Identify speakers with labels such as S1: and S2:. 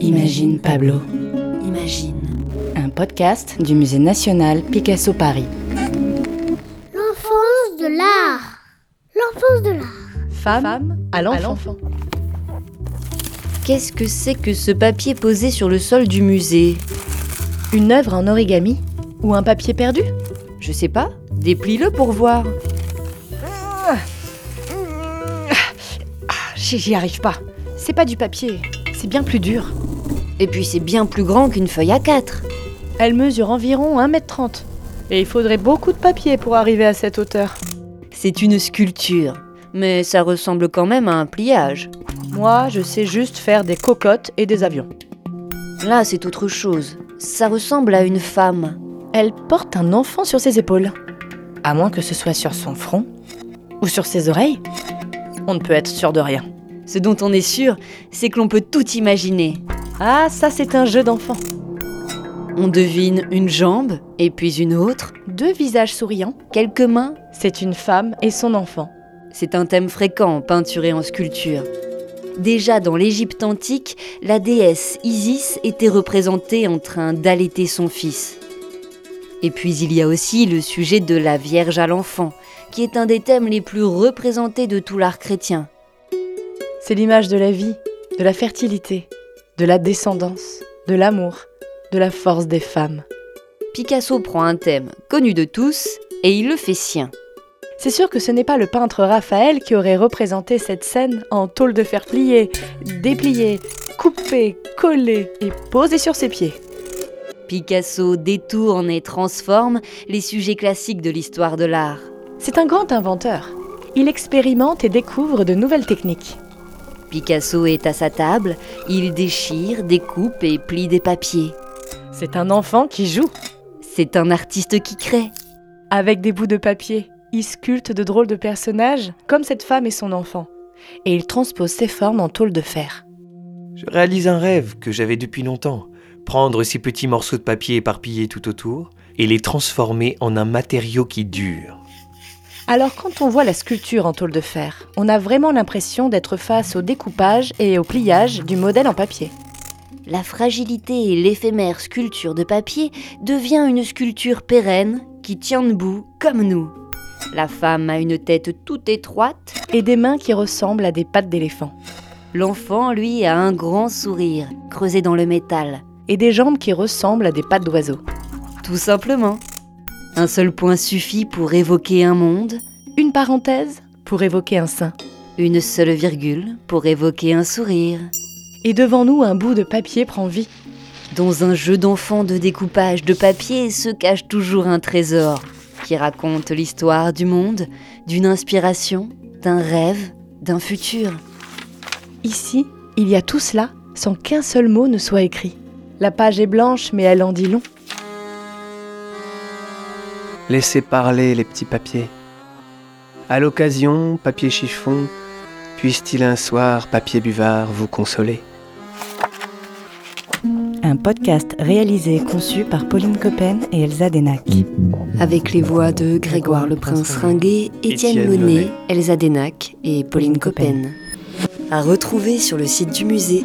S1: Imagine Pablo,
S2: Imagine.
S1: un podcast du Musée national Picasso Paris.
S3: L'enfance de l'art. L'enfance de l'art.
S4: Femme, à l'enfant.
S2: Qu'est-ce que c'est que ce papier posé sur le sol du musée
S4: Une œuvre en origami Ou un papier perdu
S2: Je sais pas, déplie-le pour voir.
S4: Ah, J'y j'y arrive pas. C'est pas du papier, c'est bien plus dur.
S2: Et puis c'est bien plus grand qu'une feuille à 4.
S4: Elle mesure environ 1m30. Et il faudrait beaucoup de papier pour arriver à cette hauteur.
S2: C'est une sculpture. Mais ça ressemble quand même à un pliage.
S4: Moi, je sais juste faire des cocottes et des avions.
S2: Là, c'est autre chose. Ça ressemble à une femme.
S4: Elle porte un enfant sur ses épaules.
S1: À moins que ce soit sur son front.
S4: Ou sur ses oreilles. On ne peut être sûr de rien.
S2: Ce dont on est sûr, c'est que l'on peut tout imaginer.
S4: Ah, ça c'est un jeu d'enfant.
S2: On devine une jambe, et puis une autre,
S4: Deux visages souriants.
S2: quelques mains.
S4: C'est une femme et son enfant.
S2: C'est un thème fréquent en peinture et en sculpture. Déjà dans l'Égypte antique, la déesse Isis était représentée en train d'allaiter son fils. Et puis il y a aussi le sujet de la Vierge à l'enfant, qui est un des thèmes les plus représentés de tout l'art chrétien.
S4: C'est l'image de la vie, de la fertilité, de la descendance, de l'amour, de la force des femmes.
S2: Picasso prend un thème connu de tous et il le fait sien.
S4: C'est sûr que ce n'est pas le peintre Raphaël qui aurait représenté cette scène en tôle de fer pliée, dépliée, coupée, collée et posée sur ses pieds.
S2: Picasso détourne et transforme les sujets classiques de l'histoire de l'art.
S4: C'est un grand inventeur. Il expérimente et découvre de nouvelles techniques.
S2: Picasso est à sa table, il déchire, découpe et plie des papiers.
S4: C'est un enfant qui joue.
S2: C'est un artiste qui crée.
S4: Avec des bouts de papier, il sculpte de drôles de personnages, comme cette femme et son enfant. Et il transpose ses formes en tôle de fer.
S5: Je réalise un rêve que j'avais depuis longtemps. Prendre ces petits morceaux de papier éparpillés tout autour et les transformer en un matériau qui dure.
S4: Alors quand on voit la sculpture en tôle de fer, on a vraiment l'impression d'être face au découpage et au pliage du modèle en papier.
S2: La fragilité et l'éphémère sculpture de papier devient une sculpture pérenne qui tient debout comme nous. La femme a une tête toute étroite,
S4: Et des mains qui ressemblent à des pattes d'éléphant.
S2: l'enfant, lui, a un grand sourire creusé dans le métal,
S4: Et des jambes qui ressemblent à des pattes d'oiseau.
S2: tout simplement. Un seul point suffit pour évoquer un monde,
S4: Une parenthèse pour évoquer un sein.
S2: une seule virgule pour évoquer un sourire.
S4: Et devant nous, un bout de papier prend vie.
S2: Dans un jeu d'enfant de découpage de papier se cache toujours un trésor qui raconte l'histoire du monde, d'une inspiration, d'un rêve, d'un futur.
S4: Ici, il y a tout cela sans qu'un seul mot ne soit écrit. La page est blanche, mais elle en dit long.
S6: Laissez parler les petits papiers. À l'occasion, papier chiffon, puisse-t-il un soir, papier buvard, vous consoler
S1: Un podcast réalisé et conçu par Pauline Coppen et Elsa Denac.
S2: Avec les voix de Grégoire le Prince Ringuet,
S6: Étienne
S2: Étienne
S6: Launay,
S2: Launay, Elsa Denac et Pauline
S1: Pauline
S2: Coppen. À retrouver sur le site du musée